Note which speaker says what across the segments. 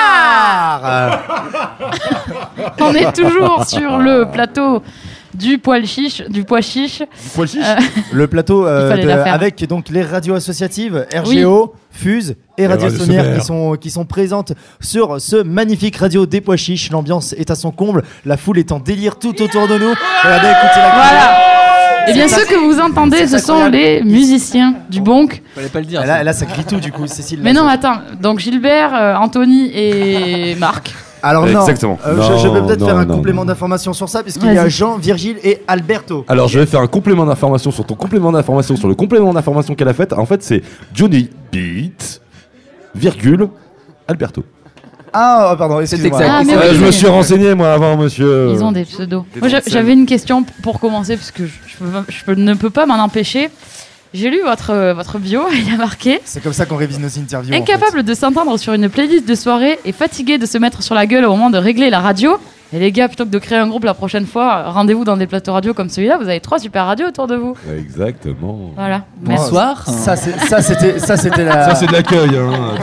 Speaker 1: Bonsoir
Speaker 2: On est toujours sur le plateau du poil chiche, du pois chiche.
Speaker 1: Poil chiche. Le plateau euh,
Speaker 2: Il fallait
Speaker 1: de-
Speaker 2: la faire.
Speaker 1: avec donc les radios associatives RGO, Fuse et Radio
Speaker 3: Radio
Speaker 1: Sonnière
Speaker 3: Sonnière.
Speaker 1: qui sont, qui sont présentes sur ce magnifique radio des pois chiches. L'ambiance est à son comble, la foule est en délire tout autour de nous. Regardez, écoutez la
Speaker 2: Voilà. Et Eh bien
Speaker 1: C'est
Speaker 2: ceux que vous entendez,
Speaker 1: c'est
Speaker 2: ce sont
Speaker 1: incroyable.
Speaker 2: les musiciens du bonk.
Speaker 4: Fallait pas le dire.
Speaker 1: Ah, Là, là, ça crie tout du coup, Cécile.
Speaker 2: Mais
Speaker 1: là,
Speaker 2: non,
Speaker 1: ça-
Speaker 2: attends. Donc Gilbert, euh, Anthony et Marc.
Speaker 1: Alors non,
Speaker 3: Exactement.
Speaker 1: euh, je, je peux
Speaker 3: Non,
Speaker 1: peut-être
Speaker 3: non,
Speaker 1: faire un
Speaker 3: non,
Speaker 1: complément
Speaker 3: non. Ah.
Speaker 1: d'information sur ça, puisqu'il y a
Speaker 2: Vas-y.
Speaker 1: Jean, Virgile et Alberto.
Speaker 3: Alors je vais faire un complément d'information sur ton complément d'information sur le complément d'information qu'elle a faite. En fait, c'est Johnny Beat, virgule, Alberto.
Speaker 1: Ah, oh, pardon, excusez-moi.
Speaker 4: exact.
Speaker 2: Ah, mais
Speaker 3: Euh,
Speaker 2: oui,
Speaker 3: je me
Speaker 2: mais-
Speaker 3: suis renseigné moi avant, monsieur.
Speaker 2: Ils ont des pseudos.
Speaker 4: Des
Speaker 2: Moi, j'a-
Speaker 4: Thompson.
Speaker 2: j'avais une question p- pour commencer, parce que je, je peux- je peux- ne peux pas m'en empêcher. J'ai lu votre, euh, votre bio, il y a marqué
Speaker 1: C'est comme ça qu'on révise nos interviews. en fait.
Speaker 2: Incapable de s'entendre sur une playlist de soirée et fatigué de se mettre sur la gueule au moment de régler la radio. Et les gars, plutôt que de créer un groupe la prochaine fois, euh, rendez-vous dans des plateaux radio comme celui-là, vous avez trois super radios autour de vous.
Speaker 3: Exactement.
Speaker 2: Voilà. Merci.
Speaker 4: Bonsoir.
Speaker 1: Ça, c'est- ça, c'était, ça, c'était la.
Speaker 3: Ça Ah, c'est de l'accueil. Hein.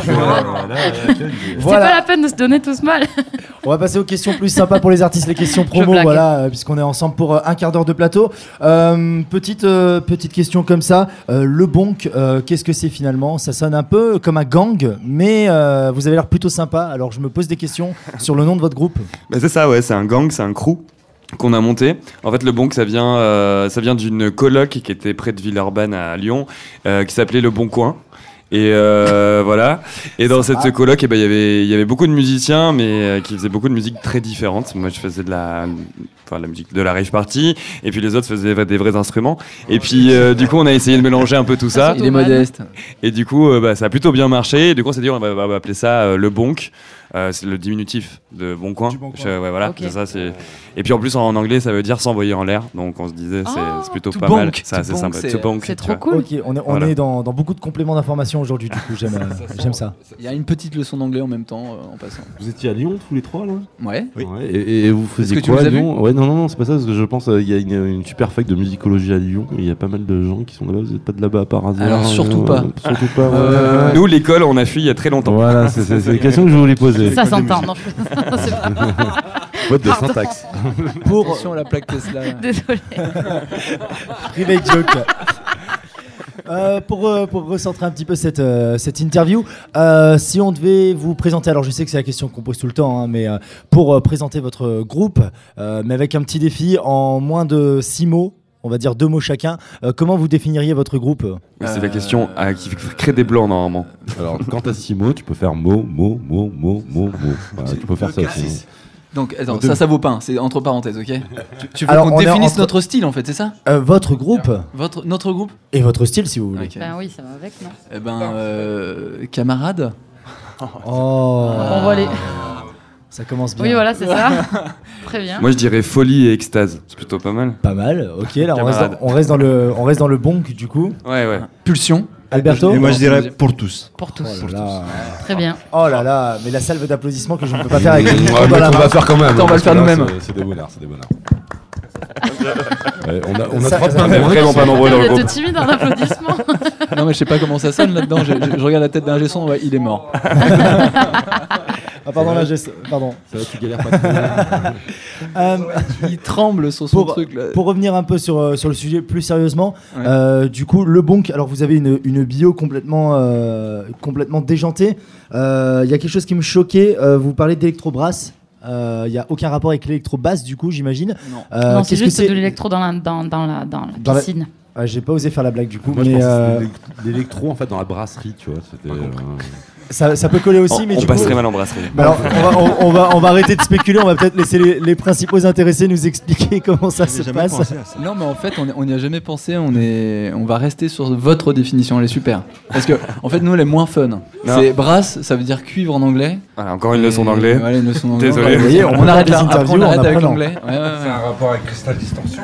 Speaker 1: Voilà.
Speaker 2: C'est pas la peine de se donner tous mal.
Speaker 1: On va passer aux questions plus sympas pour les artistes, les questions promo,
Speaker 2: blague.
Speaker 1: voilà, euh, puisqu'on est ensemble pour euh, un quart d'heure de plateau. Euh, petite euh, petite question comme ça, Euh, le bonk, euh, qu'est-ce que c'est finalement Ça sonne un peu comme un gang, mais euh, vous avez l'air plutôt sympa. Alors je me pose des questions sur le nom de votre groupe.
Speaker 5: Bah, c'est ça, ouais, c'est un gang, c'est un crew qu'on a monté. En fait, le Bonk, ça vient, euh, ça vient d'une coloc qui était près de Villeurbanne à Lyon, euh, qui s'appelait Le Bon Coin. Et euh, voilà. Et dans cette coloc, eh ben, il y avait, il y avait beaucoup de musiciens, mais euh, qui faisaient beaucoup de musique très différente. Moi, je faisais de la, enfin, la musique de la rave party, et puis les autres faisaient des vrais instruments. Et puis, euh, du coup, on a essayé de mélanger un peu tout ça.
Speaker 2: Il est modeste.
Speaker 5: Et du coup, euh, bah, ça a plutôt bien marché. Et du coup, on s'est dit, on va, on va appeler ça euh, le bonk. Euh, c'est le diminutif de bon coin.
Speaker 1: Du Bon Coin.
Speaker 5: Je- ouais, voilà,
Speaker 2: Ok.
Speaker 5: c'est ça, c'est- Et puis en plus, en anglais, ça veut dire s'envoyer en l'air. Donc on se disait, c'est
Speaker 2: Oh,
Speaker 5: c'est plutôt
Speaker 4: to
Speaker 5: pas
Speaker 4: bonk.
Speaker 5: mal. Ça,
Speaker 4: To
Speaker 5: C'est
Speaker 4: bonk,
Speaker 5: sympa.
Speaker 4: c'est-
Speaker 5: To bonk,
Speaker 2: C'est
Speaker 5: tu
Speaker 2: trop
Speaker 5: vois.
Speaker 2: cool.
Speaker 1: Ok, on est, on
Speaker 5: Voilà.
Speaker 1: est dans, dans beaucoup de compléments d'information aujourd'hui, du coup, j'aime, euh, j'aime ça.
Speaker 4: Il y a une petite leçon d'anglais en même temps, euh, en passant.
Speaker 6: Vous étiez à Lyon tous les trois là
Speaker 4: Ouais.
Speaker 3: Ouais, et, et vous faisiez
Speaker 4: que tu
Speaker 3: quoi
Speaker 4: nous
Speaker 3: à
Speaker 4: as
Speaker 3: Lyon Ouais, non, non, non, c'est pas ça, parce que je pense euh, il y a une, une super fac de musicologie à Lyon, et il y a pas mal de gens qui sont là-bas, vous êtes pas de là-bas par hasard
Speaker 4: Alors, surtout
Speaker 3: euh,
Speaker 4: pas.
Speaker 3: Surtout pas, ouais.
Speaker 4: Euh,
Speaker 5: Nous, l'école, on a fui il y a très longtemps.
Speaker 3: Voilà, c'est- c'est c'est les questions que je voulais poser.
Speaker 2: Ça s'entend. non, je- c'est pas-
Speaker 3: Faute de syntaxe.
Speaker 1: Pour
Speaker 4: Attention à la plaque Tesla.
Speaker 2: Désolé.
Speaker 1: Remake joke. Euh, pour, euh, pour recentrer un petit peu cette, euh, cette interview, euh, si on devait vous présenter, alors je sais que c'est la question qu'on pose tout le temps, hein, mais euh, pour euh, présenter votre groupe, euh, mais avec un petit défi en moins de six mots, on va dire deux mots chacun, euh, comment vous définiriez votre groupe
Speaker 5: Oui, C'est la question
Speaker 4: Euh,
Speaker 5: à qui crée des blancs normalement.
Speaker 3: Alors, quand t'as six mots, tu peux faire mot, mot, mot, mot, mot, mot. Voilà, tu peux faire ça aussi. hein.
Speaker 4: Donc, attends, ça, ça vaut pas. hein, C'est entre parenthèses, ok Tu, tu veux
Speaker 1: Alors,
Speaker 4: qu'on
Speaker 1: on est
Speaker 4: définisse
Speaker 1: entre-
Speaker 4: notre style, en fait, c'est ça
Speaker 1: Euh, Votre groupe
Speaker 4: Votre notre groupe
Speaker 1: et votre style, si vous voulez.
Speaker 4: Ok.
Speaker 2: Ben oui, ça va avec, non
Speaker 4: Eh ben, euh, camarades.
Speaker 1: Oh,
Speaker 2: On va aller.
Speaker 1: ça commence bien.
Speaker 2: Oui, voilà, c'est ça. Très bien.
Speaker 5: Moi, je dirais folie et extase. C'est plutôt pas mal.
Speaker 1: Pas mal, ok, là on reste, dans,
Speaker 5: Camarade.
Speaker 1: on reste dans le, on reste dans le bonk du coup.
Speaker 5: Ouais, ouais.
Speaker 4: Pulsion.
Speaker 1: Alberto
Speaker 6: Et moi je dirais pour tous.
Speaker 2: Pour
Speaker 1: Oh
Speaker 2: tous.
Speaker 1: là là.
Speaker 2: Très bien.
Speaker 1: Oh là là, mais la salve d'applaudissements que je ne peux pas faire avec
Speaker 3: Ouais,
Speaker 1: le micro
Speaker 3: mais
Speaker 1: dans la
Speaker 3: on
Speaker 1: main.
Speaker 3: va faire quand même. hein,
Speaker 4: Attends, on va
Speaker 3: parce
Speaker 4: le faire
Speaker 3: que là,
Speaker 4: nous-mêmes.
Speaker 3: c'est- C'est des bonards, c'est des bonards. Ouais, on a, on a
Speaker 1: Ça,
Speaker 3: trois
Speaker 1: ça,
Speaker 5: On est
Speaker 3: bonards.
Speaker 5: vraiment pas nombreux dans
Speaker 2: Vous
Speaker 5: le
Speaker 2: êtes
Speaker 5: groupe.
Speaker 2: timide hein, en applaudissement.
Speaker 4: non, mais je sais pas comment ça sonne là-dedans. Je, je- je regarde la tête d'un gesson. Ouais, il est mort.
Speaker 1: Ah pardon, là, j'ai- pardon.
Speaker 3: Ça va, tu galères pas trop.
Speaker 1: Euh,
Speaker 4: Il tremble sur son
Speaker 1: Pour-
Speaker 4: truc. Là.
Speaker 1: pour revenir un peu sur, euh, sur le sujet plus sérieusement,
Speaker 4: Ouais.
Speaker 1: euh, du coup, le bonk, alors vous avez une, une bio complètement, euh, complètement déjantée. Euh, Il y a quelque chose qui me choquait, euh, vous parlez d'électrobrass. Euh, Il y n'y a aucun rapport avec l'électrobasse, du coup, j'imagine.
Speaker 4: Non.
Speaker 1: Euh,
Speaker 2: non, c'est
Speaker 1: qu'est-ce que
Speaker 2: juste
Speaker 1: c'est
Speaker 2: de l'électro dans la, dans, dans la, dans la
Speaker 1: Dans la-
Speaker 2: piscine.
Speaker 1: Ah, J'ai pas osé faire la blague, du coup,
Speaker 3: Moi, je
Speaker 1: mais
Speaker 3: pensais
Speaker 1: euh,
Speaker 3: que c'était de l'électro en fait dans la brasserie, tu vois. C'était. euh,
Speaker 1: ça, ça peut coller aussi.
Speaker 5: On,
Speaker 1: mais
Speaker 5: on
Speaker 1: du coup- euh,
Speaker 5: passerait mal en brasserie.
Speaker 4: Bah,
Speaker 1: Alors, on va, on, on va, on va arrêter de spéculer, on va peut-être laisser les, les principaux intéressés nous expliquer comment ça se
Speaker 6: jamais
Speaker 1: passe.
Speaker 6: pensé à ça.
Speaker 4: Non, mais en fait, on- on n'y a jamais pensé. On, est, on va rester sur votre définition. Elle est super. Parce que, en fait, nous, elle est moins fun. C'est brass, ça veut dire cuivre en anglais.
Speaker 5: Voilà, encore une
Speaker 4: Et-
Speaker 5: leçon d'anglais.
Speaker 4: Voilà, une leçon d'anglais.
Speaker 5: Désolé.
Speaker 1: Vous voyez, on
Speaker 4: on,
Speaker 1: peut
Speaker 4: arrête
Speaker 1: faire
Speaker 4: là.
Speaker 1: des
Speaker 4: Après,
Speaker 1: interviews en
Speaker 4: on arrête avec
Speaker 1: apprenant.
Speaker 4: l'anglais. Ouais, ouais, ouais.
Speaker 7: C'est un rapport avec Crystal Distortion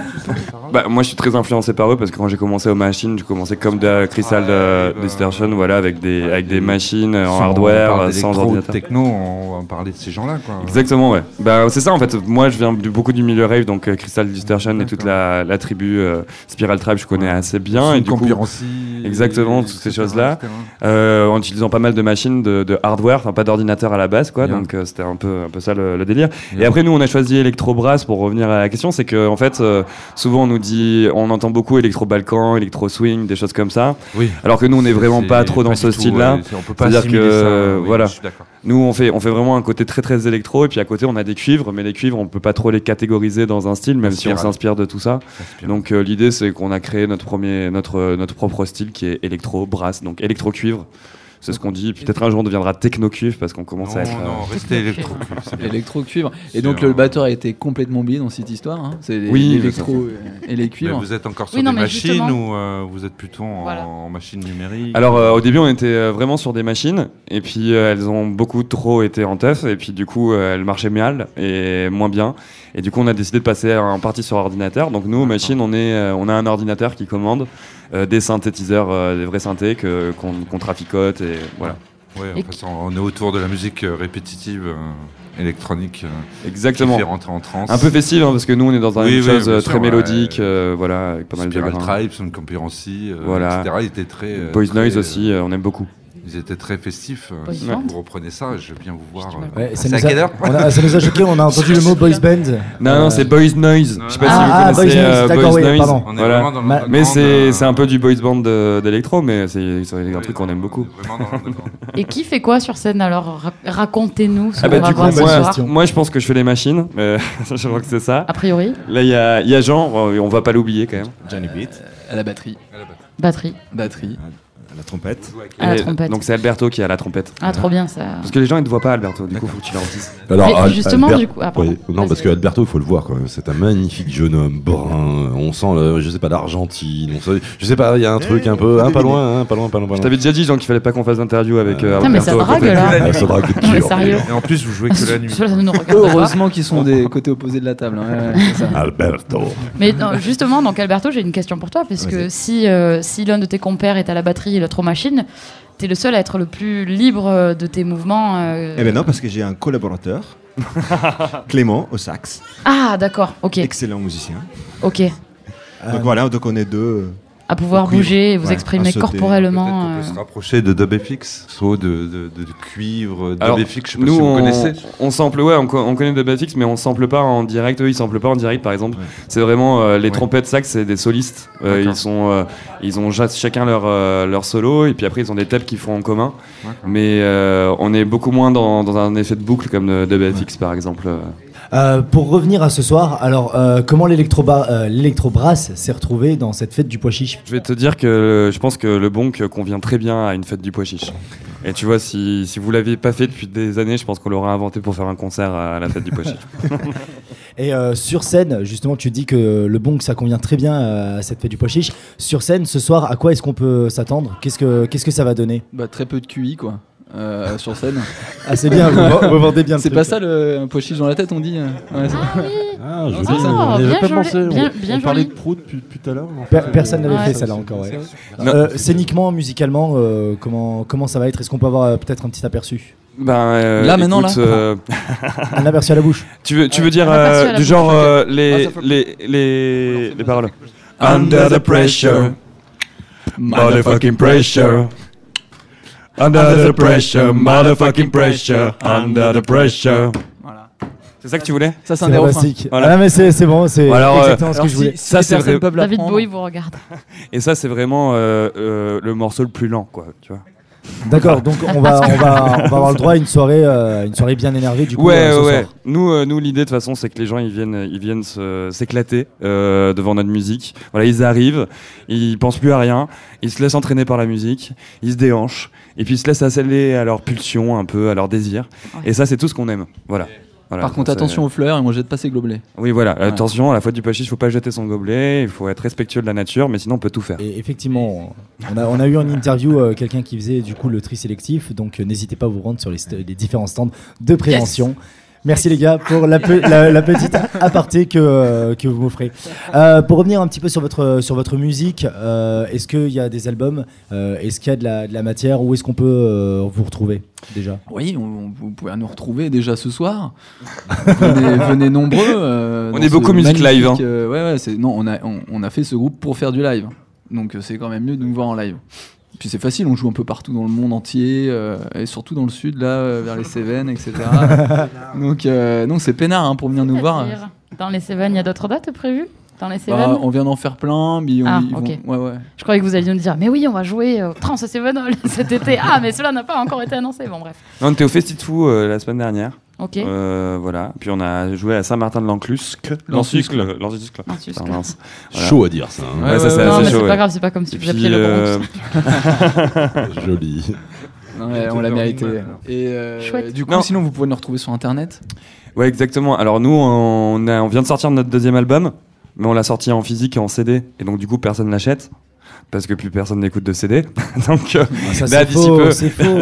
Speaker 5: Bah, moi je suis très influencé par eux parce que quand j'ai commencé aux machines, j'ai commencé comme de la Crystal
Speaker 7: Ouais,
Speaker 5: euh,
Speaker 7: bah.
Speaker 5: Distortion, voilà, avec des, avec des machines euh, sans
Speaker 7: on parle
Speaker 5: hardware, sans
Speaker 7: d'électro, de
Speaker 5: ordinateur.
Speaker 7: techno, on va parler de ces gens-là. quoi.
Speaker 5: Exactement, ouais. Bah, c'est ça en fait. Moi, je viens du- beaucoup du milieu rave, donc euh, Crystal Distortion et toute la, la tribu euh, Spiral Tribe, je connais assez bien. Et
Speaker 7: Sous
Speaker 5: du coup,
Speaker 7: Camburancy,
Speaker 5: exactement, toutes ces
Speaker 7: etc.,
Speaker 5: choses-là.
Speaker 7: etc.
Speaker 5: euh, en utilisant pas mal de machines de, de hardware, enfin pas d'ordinateur à la base, quoi.
Speaker 7: Bien.
Speaker 5: Donc euh, c'était un peu, un peu ça le, le délire. Et
Speaker 7: Bien.
Speaker 5: après, nous, on a choisi Electrobrass pour revenir à la question. C'est que en fait, euh, souvent on nous dit, on entend beaucoup Electro Balkan, Electro Swing, des choses comme ça.
Speaker 7: Oui.
Speaker 5: Alors que nous, on n'est vraiment
Speaker 7: C'est
Speaker 5: pas trop dans
Speaker 7: du
Speaker 5: ce
Speaker 7: tout,
Speaker 5: style-là.
Speaker 7: ouais, c'est- on peut pas
Speaker 5: C'est-à-dire
Speaker 7: assimiler
Speaker 5: que,
Speaker 7: ça, euh, oui,
Speaker 5: voilà.
Speaker 7: je suis d'accord.
Speaker 5: Nous, on fait, on fait vraiment un côté très très électro, et puis à côté, on a des cuivres, mais les cuivres, on peut pas trop les catégoriser dans un style, même si on
Speaker 7: Inspirable.
Speaker 5: s'inspire de tout ça.
Speaker 7: Inspirant.
Speaker 5: Donc euh, l'idée, c'est qu'on a créé notre premier, notre euh, notre propre style qui est électro brass, donc électro cuivre. C'est ce qu'on dit. Puis Peut-être un jour, on deviendra techno cuivre parce qu'on commence à être.
Speaker 7: Non,
Speaker 5: euh,
Speaker 7: non, restez électro. c'est bien.
Speaker 4: Électro-cuivre.
Speaker 7: C'est
Speaker 4: Et donc
Speaker 7: un-
Speaker 4: le batteur a été complètement oublié dans cette histoire. hein. C'est les-
Speaker 5: Oui,
Speaker 4: l'électro et les
Speaker 7: Mais
Speaker 4: cuivres.
Speaker 7: vous êtes encore sur
Speaker 2: Oui, non,
Speaker 7: des
Speaker 2: mais
Speaker 7: machines
Speaker 2: justement.
Speaker 7: ou euh, vous êtes plutôt en,
Speaker 2: Voilà.
Speaker 7: en machine numérique
Speaker 5: Alors euh, au début on était euh, vraiment sur des machines et puis euh, elles ont beaucoup trop été en teuf et puis du coup euh, elles marchaient mal et moins bien et du coup on a décidé de passer en partie sur ordinateur donc nous aux machines on, est, euh, on a un ordinateur qui commande euh, des synthétiseurs euh, des vrais synthés que- qu'on qu'on traficote et voilà
Speaker 7: Ouais,
Speaker 2: Et
Speaker 7: enfin, ça, on est autour de la musique euh, répétitive euh, électronique euh,
Speaker 5: exactement
Speaker 7: qui fait rentrer en transe.
Speaker 5: un peu festive hein, parce que nous on est dans un- une
Speaker 7: Oui, oui,
Speaker 5: chose
Speaker 7: bien
Speaker 5: euh,
Speaker 7: sûr,
Speaker 5: très
Speaker 7: ouais.
Speaker 5: mélodique euh, voilà avec pas mal de
Speaker 7: Spiral
Speaker 5: grains.
Speaker 7: Tribe, Son Camperancy, euh,
Speaker 5: Voilà.
Speaker 7: etc. Ils étaient très. euh,
Speaker 5: Boys
Speaker 7: très,
Speaker 5: Noise
Speaker 7: euh,
Speaker 5: aussi euh, on aime beaucoup
Speaker 7: Ils étaient très festifs. euh,
Speaker 2: Boys
Speaker 7: si
Speaker 2: Band.
Speaker 7: vous reprenez ça, je viens vous voir. euh,
Speaker 1: Ouais, ça,
Speaker 7: c'est à
Speaker 1: nous
Speaker 7: quelle
Speaker 1: a,
Speaker 7: heure
Speaker 1: on a- ça nous a choqué, on a entendu le mot boys band.
Speaker 5: non
Speaker 1: Euh,
Speaker 5: non c'est Boys Noise je sais pas
Speaker 1: Ah,
Speaker 5: si
Speaker 1: ah, Boys
Speaker 5: vous connaissez
Speaker 1: Noise,
Speaker 5: euh,
Speaker 1: d'accord,
Speaker 5: Boys
Speaker 1: oui,
Speaker 5: Noise.
Speaker 1: pardon.
Speaker 7: On est
Speaker 5: Voilà.
Speaker 7: vraiment dans euh,
Speaker 1: Ma-
Speaker 5: Mais
Speaker 2: euh,
Speaker 5: c'est c'est un peu du boys band de- d'électro, mais c'est c'est un truc qu'on aime beaucoup.
Speaker 2: Et qui fait quoi sur scène alors Ra- Racontez-nous ce
Speaker 5: Ah bah
Speaker 2: qu'on va
Speaker 5: du coup,
Speaker 2: voir ce
Speaker 1: bonne
Speaker 5: moi,
Speaker 2: soir.
Speaker 1: question.
Speaker 5: moi, je pense que je fais les machines, mais je crois que c'est ça.
Speaker 2: A priori,
Speaker 5: Là il y a, il y a Jean, bon, on va pas l'oublier quand même.
Speaker 6: Johnny Beat,
Speaker 4: À la batterie.
Speaker 2: batterie.
Speaker 4: Batterie.
Speaker 6: à la trompette.
Speaker 2: À la
Speaker 5: Et
Speaker 2: trompette.
Speaker 5: Donc c'est Alberto qui a la trompette.
Speaker 2: Ah, trop bien ça.
Speaker 5: Parce que les gens ils ne voient pas Alberto, du coup faut que tu leur dises.
Speaker 3: Alors,
Speaker 2: Mais
Speaker 3: Al-
Speaker 2: justement,
Speaker 3: Albert-
Speaker 2: du coup. ah, pardon.
Speaker 3: Oui, non, parce que Alberto, il faut le voir quand même. C'est un magnifique jeune homme brun. On sent, le- je sais pas, l'Argentine. on sent- Je sais pas, il y a un truc un peu. hein, pas loin, hein, pas loin, pas loin. Pas
Speaker 5: Je
Speaker 3: loin.
Speaker 5: t'avais déjà dit Jean qu'il fallait pas qu'on fasse d'interview avec euh,
Speaker 2: Putain, mais ça
Speaker 5: Alberto.
Speaker 2: drague, là.
Speaker 3: Ah, ça drague
Speaker 2: Non, mais
Speaker 3: dur.
Speaker 2: sérieux.
Speaker 7: Et en plus, vous jouez que la nuit.
Speaker 2: Ça ne nous regarde pas.
Speaker 4: Heureusement qu'ils sont des côtés opposés de la table. hein. Ouais, ouais, c'est ça.
Speaker 3: Alberto.
Speaker 2: Mais non, justement, donc Alberto, j'ai une question pour toi, parce que si, euh, si l'un de tes compères est à la batterie et l'autre aux machines, t'es le seul à être le plus libre euh, de tes mouvements. euh.
Speaker 6: Eh ben non, parce que j'ai un collaborateur, Clément au sax,
Speaker 2: Ah, d'accord, ok,
Speaker 6: excellent musicien.
Speaker 2: ok. Euh,
Speaker 6: Donc voilà, donc on est deux. euh,
Speaker 2: À pouvoir
Speaker 6: Au cuivre.
Speaker 2: bouger et vous
Speaker 6: Ouais, à
Speaker 2: exprimer
Speaker 6: sauter,
Speaker 2: corporellement.
Speaker 7: Peut-être qu'on
Speaker 2: euh.
Speaker 7: peut se rapprocher de Dub FX, soit de, de, de, de cuivre,
Speaker 5: Alors,
Speaker 7: Dub FX, je sais pas
Speaker 5: Nous
Speaker 7: si vous
Speaker 5: on,
Speaker 7: connaissez.
Speaker 5: on sample, ouais, on, co- on connaît des BFX, mais on sample pas en direct. Eux ils samplent pas en direct par exemple.
Speaker 6: Ouais.
Speaker 5: C'est vraiment euh, les
Speaker 7: Ouais.
Speaker 5: trompettes sax, c'est des solistes. Euh,
Speaker 7: D'accord.
Speaker 5: ils sont, euh, ils ont ja- chacun leur euh, leur solo et puis après ils ont des tapes qu'ils font en commun. Mais euh, on est beaucoup moins dans, dans un effet de boucle comme de, de BFX par exemple.
Speaker 1: Euh, pour revenir à ce soir, alors euh, comment l'électroba- euh, l'électrobrass s'est retrouvé dans cette fête du pois chiche
Speaker 5: Je vais te dire que je pense que le bonk convient très bien à une fête du pois chiche. Et tu vois, si, si vous l'avez pas fait depuis des années, je pense qu'on l'aurait inventé pour faire un concert à la fête du pois chiche.
Speaker 1: Et euh, sur scène, justement, tu dis que le bon, que ça convient très bien euh, à cette fête du pois chiche. Sur scène, ce soir, à quoi est-ce qu'on peut s'attendre Qu'est-ce que Qu'est-ce que ça va donner
Speaker 4: Bah, très peu de QI quoi. euh, sur scène.
Speaker 1: Ah, c'est bien, vous, vous vendez bien le
Speaker 4: C'est
Speaker 1: truc.
Speaker 4: pas ça le un pois chiche dans la tête on dit. euh. Ouais, c'est-
Speaker 2: Ah oui
Speaker 3: Ah, joli.
Speaker 2: Ah,
Speaker 3: On n'y
Speaker 2: bien
Speaker 3: avait pas
Speaker 2: joli,
Speaker 3: pensé.
Speaker 2: bien-
Speaker 3: on-
Speaker 2: bien
Speaker 3: on parlait
Speaker 2: joli.
Speaker 3: de Prout depuis tout à l'heure. en fait.
Speaker 1: Per- personne n'avait
Speaker 2: Ouais.
Speaker 1: fait ça là encore. ouais.
Speaker 5: Non.
Speaker 1: Euh, scéniquement, musicalement, euh, comment, comment ça va être Est-ce qu'on peut avoir euh, peut-être un petit aperçu
Speaker 5: Ben, euh,
Speaker 4: Là, maintenant,
Speaker 5: écoute,
Speaker 4: là
Speaker 5: euh,
Speaker 1: Un aperçu à la bouche
Speaker 5: tu veux, tu veux dire
Speaker 2: Un aperçu
Speaker 5: euh,
Speaker 2: à la
Speaker 5: du
Speaker 2: bouche,
Speaker 5: genre
Speaker 4: ok.
Speaker 5: euh, les,
Speaker 4: Ah, ça fait-
Speaker 5: les, les, les paroles
Speaker 4: Under the pressure.
Speaker 5: Bah, Motherfucking pressure. Under the pressure, motherfucking pressure, under the pressure.
Speaker 4: Voilà.
Speaker 5: C'est ça que tu voulais
Speaker 4: Ça c'est un
Speaker 1: C'est
Speaker 4: des refrains.
Speaker 1: classique.
Speaker 5: Voilà.
Speaker 1: Ah, mais c'est c'est bon, c'est
Speaker 5: Alors, euh,
Speaker 1: exactement ce que
Speaker 4: Alors,
Speaker 1: je voulais.
Speaker 4: si, si
Speaker 5: Ça,
Speaker 4: les
Speaker 5: c'est
Speaker 4: personnes
Speaker 5: vrai.
Speaker 4: peuvent
Speaker 2: David
Speaker 4: l'apprendre,
Speaker 2: Bowie vous regarde.
Speaker 5: Et ça, c'est vraiment euh, euh, le morceau le plus lent, quoi. Tu vois.
Speaker 1: D'accord, donc on va, on, va, on va avoir le droit à une soirée, euh, une soirée bien énervée du coup.
Speaker 5: ouais,
Speaker 1: euh, ce
Speaker 5: ouais.
Speaker 1: soir.
Speaker 5: Nous, euh, nous l'idée de toute façon, c'est que les gens ils viennent, euh, ils viennent se- s'éclater euh, devant notre musique. Voilà, ils arrivent, ils pensent plus à rien, ils se laissent entraîner par la musique, ils se déhanchent, et puis ils se laissent asseller à leur pulsion, un peu à leur désir.
Speaker 2: Ouais.
Speaker 5: Et ça, c'est tout ce qu'on aime. Voilà. Voilà,
Speaker 4: Par contre
Speaker 5: c'est-
Speaker 4: attention aux fleurs et moi jette pas ses gobelets.
Speaker 5: Oui, voilà. Attention, à la faute du pachis, il faut pas jeter son gobelet, il faut être respectueux de la nature, mais sinon on peut tout faire.
Speaker 1: Et effectivement, on a, on a eu en interview euh, quelqu'un qui faisait du coup le tri sélectif, donc euh, n'hésitez pas à vous rendre sur les, st- les différents stands de prévention. Merci les gars pour la, pe- la- la petite aparté que, euh, que vous m'offrez. Euh, pour revenir un petit peu sur votre, sur votre musique, euh, est-ce qu'il y a des albums euh, Est-ce qu'il y a de la, de la matière Où est-ce qu'on peut euh, vous retrouver déjà
Speaker 4: Oui, on- on- vous pouvez nous retrouver déjà ce soir. venez, venez nombreux. euh,
Speaker 5: On
Speaker 4: dans
Speaker 5: est
Speaker 4: ce
Speaker 5: beaucoup musique
Speaker 4: magnifique,
Speaker 5: live, hein.
Speaker 4: euh, ouais, ouais, c'est, non, on a, on, on a fait ce groupe pour faire du live. Donc euh, c'est quand même mieux de nous voir en live. Puis c'est facile, on joue un peu partout dans le monde entier, euh, et surtout dans le sud, là, euh, vers les Cévennes, etc. donc, euh, donc c'est peinard hein, pour venir nous voir.
Speaker 2: C'est-à-dire, Dans les Cévennes, il y a d'autres dates prévues Dans les
Speaker 4: Bah,
Speaker 2: Cévennes
Speaker 4: on vient d'en faire plein, mais on,
Speaker 2: Ah,
Speaker 4: ils vont-
Speaker 2: ok.
Speaker 4: ouais, ouais.
Speaker 2: Je croyais que vous alliez nous dire, mais oui, on va jouer euh, au Trans Cévennes cet été. Ah, mais cela n'a pas encore été annoncé. Bon, bref.
Speaker 5: Non, on était au Festitou euh, la semaine dernière.
Speaker 2: Ok.
Speaker 5: Euh, voilà. Puis on a joué à Saint-Martin-de-Lanclus.
Speaker 4: L'Ansucle.
Speaker 5: L'Ansucle. L'Ansucle.
Speaker 2: Non, tu-
Speaker 5: Putain, mince. Voilà.
Speaker 3: Chaud à dire ça. hein.
Speaker 5: Ouais, ça, c'est
Speaker 2: non,
Speaker 5: assez
Speaker 2: mais
Speaker 5: chaud,
Speaker 2: c'est
Speaker 5: ouais.
Speaker 2: pas grave, c'est pas comme si
Speaker 5: Et
Speaker 2: vous appeliez
Speaker 5: puis,
Speaker 2: le Bronx.
Speaker 5: euh,
Speaker 3: Joli.
Speaker 4: Ouais, on l'a mérité. Et euh,
Speaker 2: Chouette.
Speaker 4: du coup,
Speaker 5: Non.
Speaker 4: sinon, vous pouvez nous retrouver sur Internet.
Speaker 5: Ouais, exactement. Alors nous, on, a- on vient de sortir notre deuxième album, mais on l'a sorti en physique et en CD. Et donc du coup, personne l'achète. Parce que plus personne n'écoute de CD. donc, euh,
Speaker 1: Ah, Ça,
Speaker 5: Bah,
Speaker 1: c'est
Speaker 5: d'ici
Speaker 1: faux,
Speaker 5: peu.
Speaker 1: c'est faux.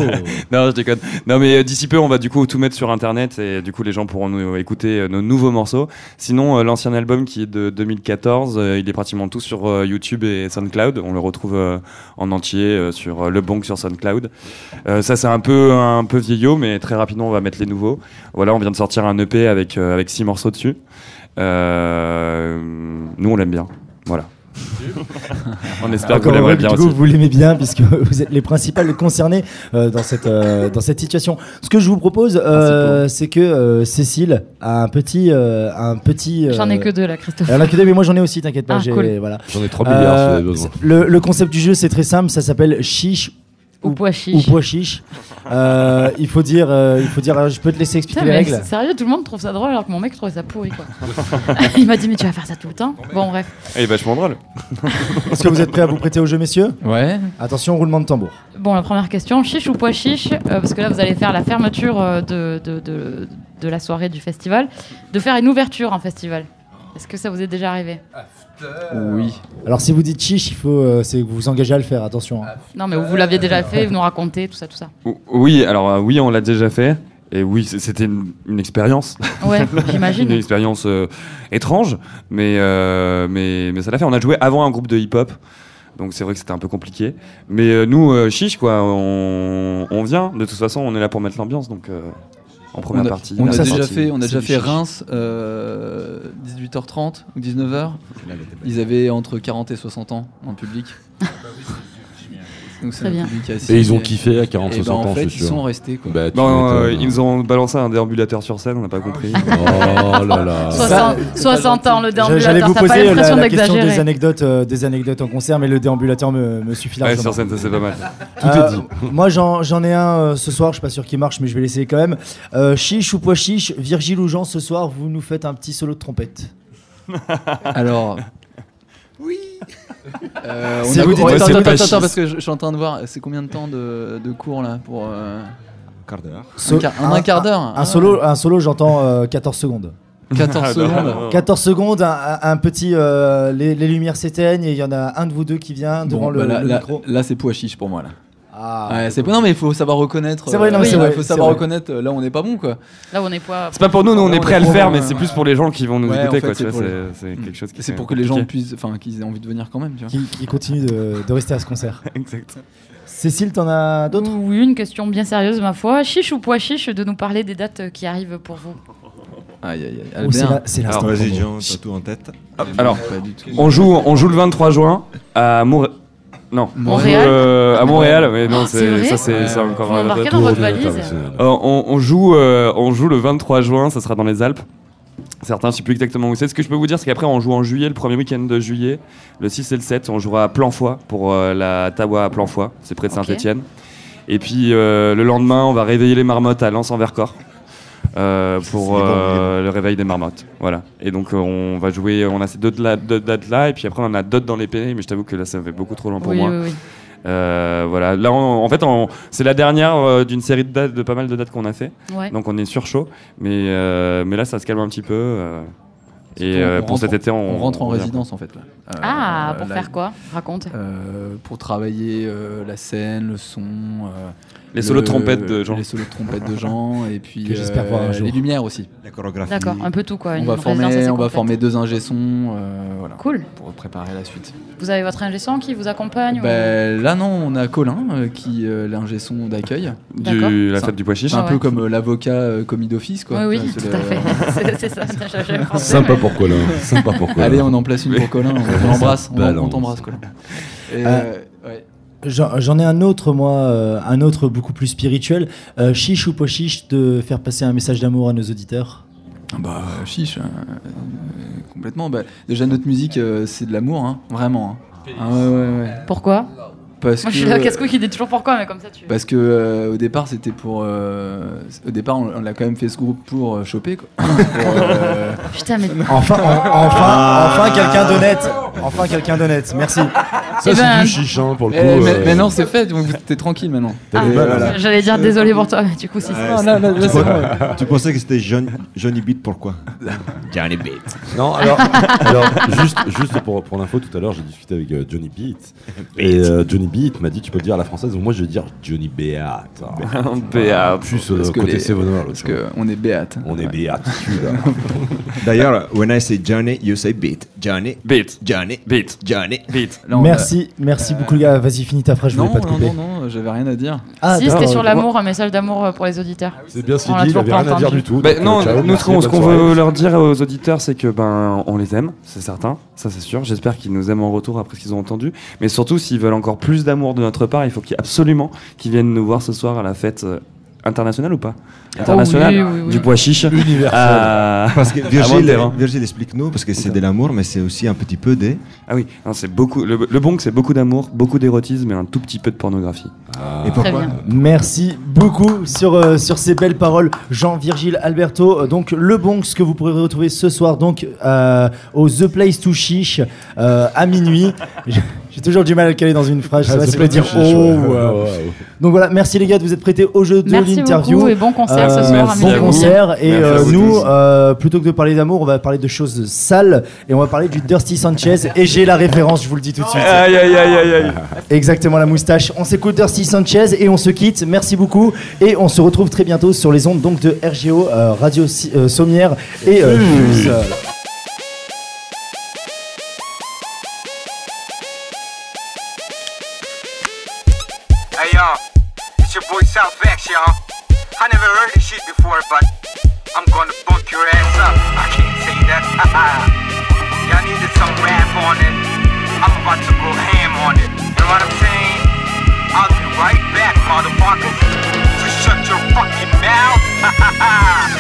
Speaker 5: non, je déconne. Non, mais euh, d'ici peu, on va du coup tout mettre sur Internet et du coup, les gens pourront nous écouter euh, nos nouveaux morceaux. Sinon, euh, l'ancien album qui est de 2014, euh, il est pratiquement tout sur euh, YouTube et SoundCloud. On le retrouve euh, en entier euh, sur euh, Le Bonk sur SoundCloud. Euh, ça, c'est un peu, un peu vieillot, mais très rapidement, on va mettre les nouveaux. Voilà, on vient de sortir un EP avec, euh, avec six morceaux dessus. Euh, nous, on l'aime bien. Voilà. on espère que vous
Speaker 1: Encore heureux
Speaker 5: l'aimerez
Speaker 1: que,
Speaker 5: bien
Speaker 1: du
Speaker 5: aussi.
Speaker 1: coup, vous l'aimez bien puisque vous êtes les principales concernées euh, dans, cette, euh, dans cette situation. Ce que je vous propose, euh, c'est que euh, Cécile a un petit. euh, un petit
Speaker 2: J'en ai
Speaker 1: euh,
Speaker 2: que deux là, Christophe.
Speaker 1: Elle en a que deux, mais moi j'en ai aussi, t'inquiète pas.
Speaker 2: Ah,
Speaker 1: j'ai-
Speaker 2: cool.
Speaker 1: voilà.
Speaker 3: J'en ai 3 milliards si vous
Speaker 1: Euh,
Speaker 3: avez besoin.
Speaker 1: c'est- le, le concept du jeu, c'est très simple, ça s'appelle chiche
Speaker 2: Ou pois
Speaker 1: ou
Speaker 2: chiche.
Speaker 1: pois chiche. Euh, il faut dire, euh, il faut dire, euh, je peux te laisser expliquer
Speaker 2: Putain,
Speaker 1: les
Speaker 2: mais
Speaker 1: règles.
Speaker 2: c'est sérieux, tout le monde trouve ça drôle alors que mon mec trouvait ça pourri quoi. Il m'a dit, mais tu vas faire ça tout le temps. Bon, bref.
Speaker 5: Et vachement drôle.
Speaker 1: Est-ce que vous êtes prêts à vous prêter au jeu, messieurs
Speaker 4: Ouais.
Speaker 1: Attention, roulement de tambour.
Speaker 2: Bon, la première question, chiche ou pois chiche Euh, Parce que là, vous allez faire la fermeture euh, de, de, de, de la soirée du festival, de faire une ouverture en festival. Est-ce que ça vous est déjà arrivé
Speaker 4: Oui.
Speaker 1: Alors si vous dites chiche, il faut, euh, c'est que vous vous engagez à le faire. Attention. hein.
Speaker 2: Non, mais vous l'aviez déjà fait, vous nous racontez, tout ça, tout ça.
Speaker 5: O- Oui, alors euh, oui, on l'a déjà fait. Et oui, c- c'était une, une expérience,
Speaker 2: Ouais,
Speaker 5: une
Speaker 2: j'imagine.
Speaker 5: expérience euh, étrange, mais, euh, mais, mais ça l'a fait. On a joué avant un groupe de hip-hop, donc c'est vrai que c'était un peu compliqué. Mais euh, nous, euh, chiche, quoi, on, on vient, de toute façon, on est là pour mettre l'ambiance, donc euh, en première
Speaker 4: on a,
Speaker 5: partie.
Speaker 4: on a
Speaker 5: première
Speaker 4: déjà
Speaker 5: partie,
Speaker 4: fait, on a
Speaker 5: c'est
Speaker 4: déjà
Speaker 5: du
Speaker 4: fait
Speaker 5: chiche.
Speaker 4: Reims, euh, 18h30 ou 19h. Ils avaient entre 40 et 60 ans en public. Donc Bah c'est
Speaker 2: Très
Speaker 4: un
Speaker 2: bien.
Speaker 4: public assez-
Speaker 3: Et ils ont kiffé à 40-60
Speaker 4: Et ben, en
Speaker 3: ans,
Speaker 4: fait,
Speaker 3: je
Speaker 4: ils
Speaker 3: suis sûr.
Speaker 4: sont restés quoi.
Speaker 3: Bah, tu
Speaker 5: Non,
Speaker 3: m'étonnes.
Speaker 4: hein.
Speaker 5: euh, ils nous ont balancé un déambulateur sur scène, on n'a pas compris.
Speaker 3: Oh là là.
Speaker 2: 60, 60 ans, le
Speaker 1: Je- J'allais vous
Speaker 2: déambulateur, t'as pas
Speaker 1: poser euh, la,
Speaker 2: l'impression
Speaker 1: la question des
Speaker 2: d'exagérer.
Speaker 1: anecdotes, euh, des anecdotes en concert, mais le déambulateur me, me suffit
Speaker 5: Ouais,
Speaker 1: largement.
Speaker 5: sur scène, ça c'est pas mal.
Speaker 1: Euh, Moi, j'en j'en ai un euh, ce soir. Je suis pas sûr qu'il marche, mais je vais l'essayer quand même. Euh, chiche ou pois chiche, Virgile ou Jean, ce soir, vous nous faites un petit solo de trompette.
Speaker 4: Alors. euh, Oui.
Speaker 1: Si vous dites- Ouais,
Speaker 4: attends, attends,
Speaker 1: c'est
Speaker 4: attends,
Speaker 1: pas
Speaker 4: attends,
Speaker 1: schiste.
Speaker 4: parce que je, je suis en train de voir. C'est combien de temps de, de cours là pour euh,
Speaker 6: Quart d'heure.
Speaker 1: So-
Speaker 4: un, quart- un- un quart d'heure.
Speaker 1: Un solo, un solo j'entends euh, 14 secondes.
Speaker 4: 14
Speaker 5: Ah,
Speaker 4: secondes.
Speaker 1: 14 secondes, un, un- un petit. euh, les, les lumières s'éteignent et il y en a un de vous deux qui vient devant
Speaker 4: Bon,
Speaker 1: le,
Speaker 4: bah, là,
Speaker 1: le
Speaker 4: là-
Speaker 1: micro.
Speaker 4: là, c'est pois chiche pour moi là.
Speaker 1: Ah.
Speaker 4: Ouais, c'est pas- non mais il faut savoir reconnaître.
Speaker 1: C'est vrai, non,
Speaker 4: euh,
Speaker 1: mais c'est
Speaker 4: il
Speaker 1: vrai,
Speaker 4: faut
Speaker 1: c'est
Speaker 4: savoir
Speaker 1: vrai.
Speaker 4: reconnaître. euh, Là, on n'est pas bon quoi.
Speaker 2: Là, on n'est pas.
Speaker 5: C'est pas pour nous, nous on est prêts à le faire, mais c'est
Speaker 4: Ouais.
Speaker 5: plus pour les gens qui vont nous
Speaker 4: Ouais, en
Speaker 5: écouter,
Speaker 4: fait,
Speaker 5: quoi.
Speaker 4: c'est
Speaker 5: Tu vois,
Speaker 4: pour Mm.
Speaker 5: c'est c'est quelque chose qui
Speaker 4: C'est
Speaker 5: est
Speaker 4: pour que les gens
Speaker 5: compliqué.
Speaker 4: puissent, enfin, qu'ils aient envie de venir quand même. Tu vois.
Speaker 1: Qui, qui continue de, de rester à ce concert.
Speaker 5: Exact.
Speaker 1: Cécile, t'en as d'autres
Speaker 2: Oui, une question bien sérieuse, ma foi. Chiche ou pois chiche de nous parler des dates euh, qui arrivent pour vous
Speaker 4: Aïe aïe aïe.
Speaker 1: Ou c'est
Speaker 4: Albert.
Speaker 1: la- C'est l'instant.
Speaker 5: Alors,
Speaker 6: Vas-y,
Speaker 1: promo.
Speaker 6: Jean, t'as tout en tête.
Speaker 5: Alors,
Speaker 4: pas du tout.
Speaker 5: On joue, on joue le 23 juin à Montréal. Non,
Speaker 2: Montréal. Ah,
Speaker 5: On joue, euh, à Montréal, mais non,
Speaker 2: c'est
Speaker 5: c'est
Speaker 2: vrai
Speaker 5: ça, c'est
Speaker 4: Ouais.
Speaker 5: c'est encore.
Speaker 2: Vous
Speaker 5: un
Speaker 2: embarquez
Speaker 5: autre-
Speaker 2: dans votre
Speaker 3: International.
Speaker 2: valise
Speaker 5: Euh, on, on joue, euh, on joue le 23 juin. Ça sera dans les Alpes. Certains, je sais plus exactement où c'est. Ce que je peux vous dire, c'est qu'après, on joue en juillet, le premier week-end de juillet, le 6 et le 7, on jouera à Planfoy pour euh, la Tawa à Planfoy. C'est près de
Speaker 2: Ok.
Speaker 5: Saint-Étienne. Et puis euh, le lendemain, on va réveiller les marmottes à Lens-en-Vercors. euh, pour
Speaker 6: C'est bon,
Speaker 5: euh, le réveil des marmottes. Voilà. Et donc euh, on va jouer, on a ces deux, là- deux dates là, et puis après on en a d'autres dans les pays, mais je t'avoue que là ça fait beaucoup trop long pour
Speaker 2: oui,
Speaker 5: moi.
Speaker 2: oui, oui.
Speaker 5: Euh, voilà. Là on- en fait on- c'est la dernière euh, d'une série de dates, de pas mal de dates qu'on a fait,
Speaker 2: Ouais.
Speaker 5: donc on est sur chaud, mais, euh, mais là ça se calme un petit peu. euh, Et
Speaker 4: Surtout,
Speaker 5: euh,
Speaker 4: on
Speaker 5: pour
Speaker 4: rentre
Speaker 5: cet
Speaker 4: en-
Speaker 5: été, on,
Speaker 4: On rentre en
Speaker 5: revient.
Speaker 4: résidence en fait. là. Euh,
Speaker 2: Ah, pour
Speaker 4: là,
Speaker 2: faire quoi Raconte.
Speaker 4: euh, Pour travailler euh, la scène, le son. euh,
Speaker 5: Les
Speaker 4: le-
Speaker 5: solos de trompette de Jean.
Speaker 4: Euh, Les solos de trompette de Jean et puis
Speaker 1: Que j'espère
Speaker 4: euh,
Speaker 1: voir un jour.
Speaker 4: les lumières aussi.
Speaker 6: La chorégraphie.
Speaker 2: D'accord, un peu tout quoi.
Speaker 4: On
Speaker 2: Une
Speaker 4: va
Speaker 2: résidence
Speaker 4: former,
Speaker 2: assez
Speaker 4: on va
Speaker 2: complète.
Speaker 4: former deux ingé sons euh, voilà,
Speaker 2: Cool.
Speaker 4: pour préparer la suite.
Speaker 2: Vous avez votre ingé son qui vous accompagne ou-
Speaker 4: Ben, là non, on a Colin euh, qui est l'ingé son d'accueil,
Speaker 2: D'accord.
Speaker 5: Du, la
Speaker 4: Ça-
Speaker 5: fête du pois chiche.
Speaker 4: C'est un
Speaker 2: Ah ouais.
Speaker 4: peu comme euh, l'avocat euh, commis d'office quoi.
Speaker 2: Oui, oui,
Speaker 4: C'est
Speaker 2: tout
Speaker 4: le-
Speaker 2: à fait. C'est- C'est ça, j'avais- j'avais pensé,
Speaker 3: Sympa
Speaker 2: mais-
Speaker 3: pour Colin. Sympa pour Colin.
Speaker 4: Allez, on en place une pour Colin, on l'embrasse, on- on
Speaker 3: balance.
Speaker 4: t'embrasse Colin. Et,
Speaker 1: Euh,
Speaker 4: euh, ouais.
Speaker 1: J'en j'en ai un autre, moi, euh, un autre beaucoup plus spirituel. Euh, chiche ou pas chiche de faire passer un message d'amour à nos auditeurs
Speaker 4: Ah Bah euh, chiche, euh, euh, complètement. Bah, déjà notre musique euh, c'est de l'amour, hein, vraiment. hein. Ah ouais, ouais, ouais.
Speaker 2: Pourquoi
Speaker 4: Parce
Speaker 2: Moi,
Speaker 4: que,
Speaker 2: je suis là, casse-cou qui dit toujours pourquoi, mais comme ça, tu.
Speaker 4: Parce que euh, au départ c'était pour, euh, au départ on, on a quand même fait ce groupe pour euh, choper quoi. Pour, euh,
Speaker 2: Putain, mais.
Speaker 1: Enfin, en- enfin,
Speaker 4: Ah.
Speaker 1: enfin quelqu'un d'honnête. Enfin quelqu'un d'honnête. Merci.
Speaker 2: Eh
Speaker 3: Ça, c'est
Speaker 2: ben-
Speaker 3: du chiche, hein, pour le
Speaker 4: eh,
Speaker 3: coup.
Speaker 4: mais-
Speaker 3: euh,
Speaker 4: maintenant c'est fait, donc t'es tranquille maintenant.
Speaker 3: t'as
Speaker 2: Ah,
Speaker 3: les balles, là.
Speaker 2: J'allais dire désolé pour toi, mais du coup, si.
Speaker 6: Ouais,
Speaker 4: Non, là, là, là,
Speaker 6: Tu,
Speaker 4: c'est
Speaker 6: pens-
Speaker 4: bon.
Speaker 6: tu pensais que c'était John- Johnny Beat, pourquoi
Speaker 3: Non, alors, alors, juste, juste pour, pour l'info, tout à l'heure j'ai discuté avec euh, Johnny Beat. Et euh, Johnny Beat m'a dit tu peux le dire à la française, ou moi je vais dire Johnny Beat.
Speaker 5: Béat.
Speaker 3: Plus euh,
Speaker 4: Parce que
Speaker 3: côté
Speaker 4: les-
Speaker 3: Sévenois,
Speaker 4: Parce que on est béate.
Speaker 3: On est béatitude.
Speaker 6: D'ailleurs, when I say Johnny, you say Beat. Johnny,
Speaker 5: Beat.
Speaker 6: Johnny,
Speaker 5: Beat.
Speaker 6: Johnny.
Speaker 5: Beat.
Speaker 4: Là, on a-
Speaker 1: merci, merci beaucoup, les gars. Vas-y, finis ta phrase, je
Speaker 4: Non,
Speaker 1: voulais pas te
Speaker 4: non,
Speaker 1: couper.
Speaker 4: non, non, j'avais rien à dire.
Speaker 1: Ah,
Speaker 2: si, c'était
Speaker 1: d'accord.
Speaker 2: sur l'amour, un message d'amour euh, pour les auditeurs.
Speaker 3: C'est bien ce qu'il
Speaker 2: On
Speaker 3: dit,
Speaker 2: l'a
Speaker 3: il
Speaker 2: toujours
Speaker 3: avait
Speaker 2: pas
Speaker 3: rien à dire
Speaker 2: entendu.
Speaker 3: du tout.
Speaker 5: Ben
Speaker 3: Donc,
Speaker 5: non,
Speaker 3: euh, ciao,
Speaker 5: nous, ce
Speaker 3: merci,
Speaker 5: qu'on ce
Speaker 3: bonne
Speaker 5: qu'on
Speaker 3: soirée.
Speaker 5: veut leur dire aux auditeurs, c'est que ben on les aime, c'est certain, ça c'est sûr. J'espère qu'ils nous aiment en retour après ce qu'ils ont entendu. Mais surtout, s'ils veulent encore plus d'amour de notre part, il faut qu'il- absolument qu'ils viennent nous voir ce soir à la fête euh, internationale ou pas Internationale
Speaker 2: Oh oui, oui, oui.
Speaker 5: du bois chiche. Ah,
Speaker 6: Parce que
Speaker 5: Avant de
Speaker 6: Virgile,
Speaker 5: dire, hein.
Speaker 6: Virgile explique-nous, parce que c'est de l'amour, mais c'est aussi un petit peu des.
Speaker 5: ah oui, non, c'est beaucoup. Le, le bon, c'est beaucoup d'amour, beaucoup d'érotisme et un tout petit peu de pornographie.
Speaker 6: Et
Speaker 2: Très
Speaker 6: pourquoi
Speaker 2: bien.
Speaker 1: Merci beaucoup sur, euh, sur ces belles paroles, Jean, Virgile, Alberto. Euh, donc, le Bonx que vous pourrez retrouver ce soir donc euh, au The Place to Chiche euh, à minuit. J'ai j'ai toujours du mal à le caler dans une phrase. Je sais
Speaker 3: Ah,
Speaker 1: pas
Speaker 3: c'est
Speaker 1: si je
Speaker 3: pas
Speaker 1: peux dire
Speaker 3: chiche,
Speaker 1: oh.
Speaker 3: ouais.
Speaker 1: ou, euh,
Speaker 3: Ouais, ouais, ouais.
Speaker 1: Donc voilà, merci les gars de vous être prêtés au jeu de
Speaker 2: Merci
Speaker 1: l'interview.
Speaker 2: beaucoup et bon concert ce
Speaker 1: Euh,
Speaker 2: soir à
Speaker 5: merci
Speaker 2: minuit.
Speaker 5: à
Speaker 1: bon
Speaker 5: vous.
Speaker 1: concert et
Speaker 5: Merci à
Speaker 1: euh,
Speaker 5: vous
Speaker 1: nous
Speaker 5: tous.
Speaker 1: euh, plutôt que de parler d'amour on va parler de choses sales et on va parler du Dirty Sanchez et j'ai la référence je vous le dis tout de suite
Speaker 5: Aïe aïe aïe aïe aïe.
Speaker 1: exactement la moustache on s'écoute Dirty Sanchez et on se quitte merci beaucoup et on se retrouve très bientôt sur les ondes donc de RGO euh, Radio Si- euh, Sommière et euh, Fuse.
Speaker 8: Hey y'all, it's your boy Southvex, y'all. I never heard this shit before, but I'm gonna bunk your ass up. I can't say that. y'all needed some rap on it. I'm about to go ham on it. You know what I'm saying? I'll be right back, motherfuckers. So shut your fucking mouth.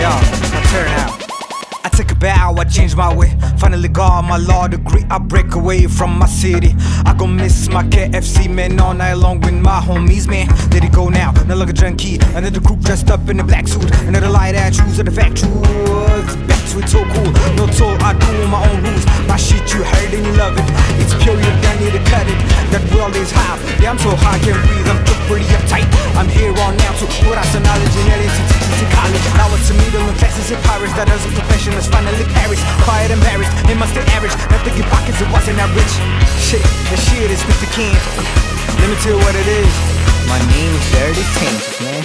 Speaker 8: Yo, now turn out. I took a bow, I changed my way. Finally got my law degree. I break away from my city. I gon' miss my KFC, man, all night long with my homies, man. Let it go now, no longer junkie. Another crew dressed up in a black suit. Another light I choose at the factory. Back to it, so cool. No toll, I do on my own rules. My shit you heard and you love it. It's pure, you don't need to cut it. That world is hot. Yeah, I'm so high, I can't breathe. I'm too pretty uptight. I'm here all now, so what I knowledge and editing teachers in college. Now it's a middle and classes in Paris. That as a profession is finally Paris. Quiet and embarrassed, it must stay average. Nothing in pockets, it wasn't that rich. Shit, the shit is with the king. Let me tell you what it is. My name is Dirty Sanchez, man.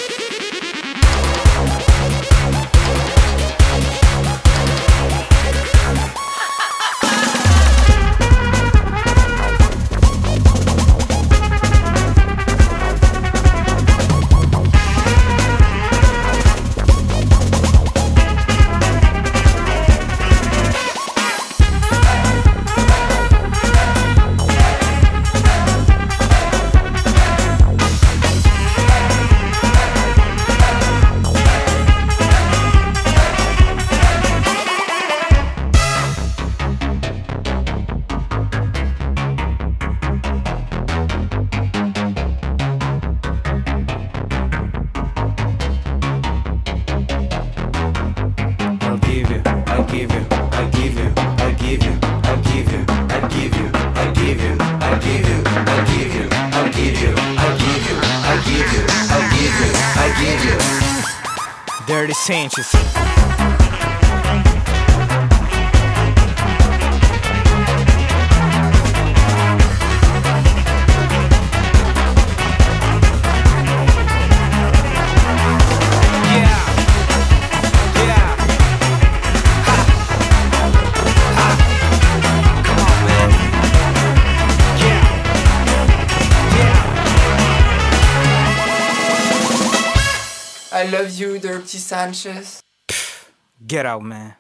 Speaker 8: dirty Sanchez. Yeah, yeah.
Speaker 9: I love you, Dirty Sanchez.
Speaker 8: Get out, man.